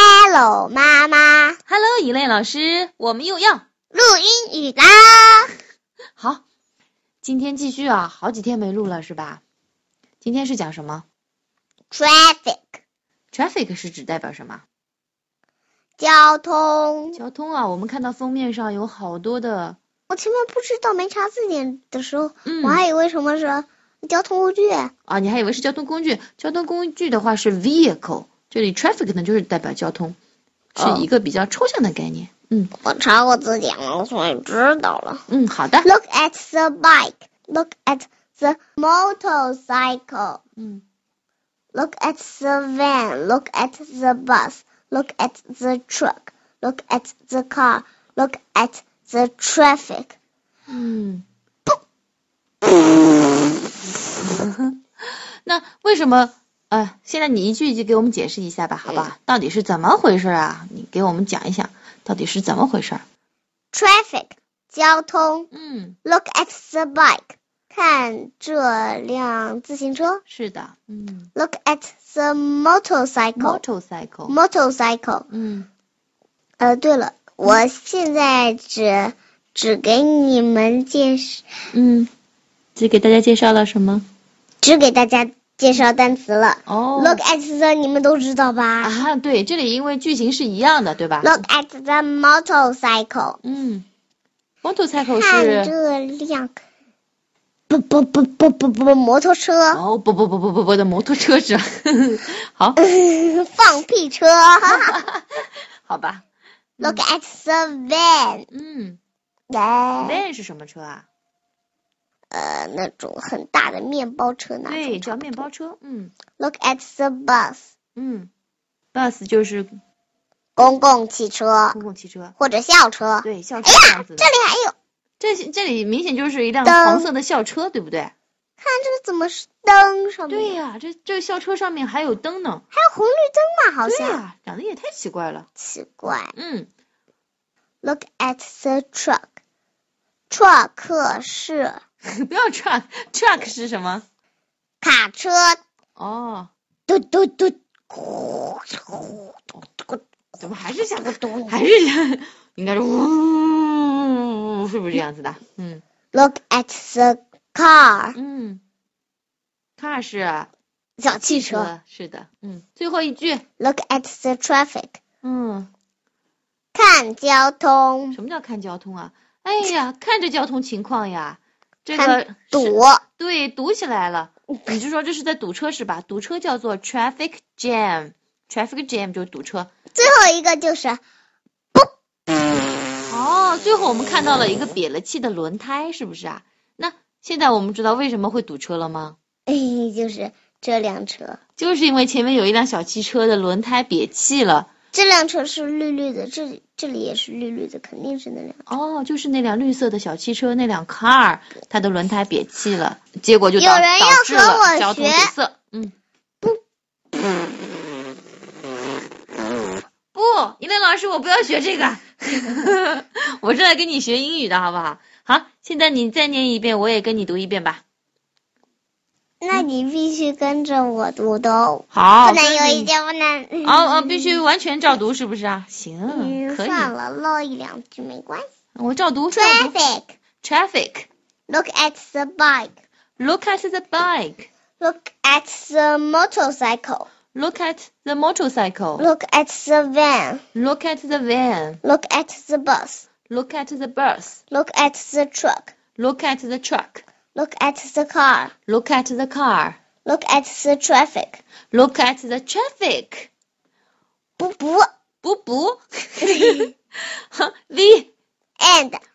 Hello，妈妈， Hello，以类老师，我们又要录英语啦！好，今天继续啊，好几天没录了是吧？今天是讲什么 Traffic， ？Traffic 是指代表什么？交通。交通啊，我们看到封面上有好多的，我前面不知道没查字典的时候，嗯我，还以为什么是交通工具。啊，你还以为是交通工具？交通工具的话是 vehicle，这里 traffic 呢就是代表交通，哦是一个比较抽象的概念。嗯我查过字典了，所以知道了。嗯，好的， Look at the bike. Look at the motorcycle. 嗯 Look at the van. Look at the bus. Look at the truck. Look at the car. Look at the traffic. 嗯。那为什么？呃，现在你一句一句给我们解释一下吧，好吧？到底是怎么回事啊？你给我们讲一讲，到底是怎么回事儿？ Traffic 交通。嗯， Look at the bike 看这辆自行车。是的，嗯 Look at the motorcycle ，motorcycle， motorcycle 嗯，呃，对了，我现在只只给你们介绍，嗯，只给大家介绍了什么？只给大家介绍单词了。哦 Look at the 你们都知道吧啊，对，这里因为句型是一样的，对吧？Look at the motorcycle 嗯，motorcycle 看是这辆不不不不不不摩托车，哦，不不不不不不的摩托车是吧？ 好， 放屁车。好吧， Look at the van。嗯来， ，van 是什么车啊？呃，那种很大的面包车那对，种。叫面包车。嗯 Look at the bus，嗯，bus 就是公共汽车公共汽车，或者校车。对，校车这样子的这。里还有，这是这里明显就是一辆哎灯黄色的校车，对不对？看这怎么是灯上面？对呀、这这校车上面还有灯呢。还有红绿灯嘛，好对像、哎呀、长得也太奇怪了。奇怪。嗯 Look at the truck，truck 客是不要 truck truck 是什么？卡车，哦，嘟嘟嘟，怎么还是像还是像应该是呜，是不是这样子的？嗯 Look at the car，嗯，car 是啊小汽车。车，是的。嗯，最后一句。 Look at the traffic，嗯，看交通。什么叫看交通啊？哎呀， 看着交通情况呀，这看个是堵。对堵起来了。你是说这是在堵车是吧？堵车叫做 traffic jam，traffic jam 就是堵车。最后一个就是哦，最后我们看到了一个瘪了气的轮胎，是不是啊？那现在我们知道为什么会堵车了吗？哎，就是这辆车，就是因为前面有一辆小汽车的轮胎瘪气了。这辆车是绿绿的，这里这里也是绿绿的，肯定是那辆。哦，就是那辆绿色的小汽车，那辆 car，它的轮胎瘪气了，结果就导有人要导致和我了交通学堵塞。嗯，不，一磊老师，我不要学这个， 我是来跟你学英语的，好不好？好，现在你再念一遍，我也跟你读一遍吧。那你必须跟着我读的哦，好，不能有跟一你点不能。哦哦，必须完全照读，是不是啊？行，嗯，可以，算了，漏一两句没关系。我照读，照读。 Traffic. Traffic. Look at the bike. Look at the bike. Look at the motorcycle. Look at the motorcycle. Look at the van. Look at the van. Look at the bus. Look at the bus. Look at the truck. Look at the truck. Look at the car. Look at the car. Look at the traffic. Look at the traffic. 不不 不不。V. and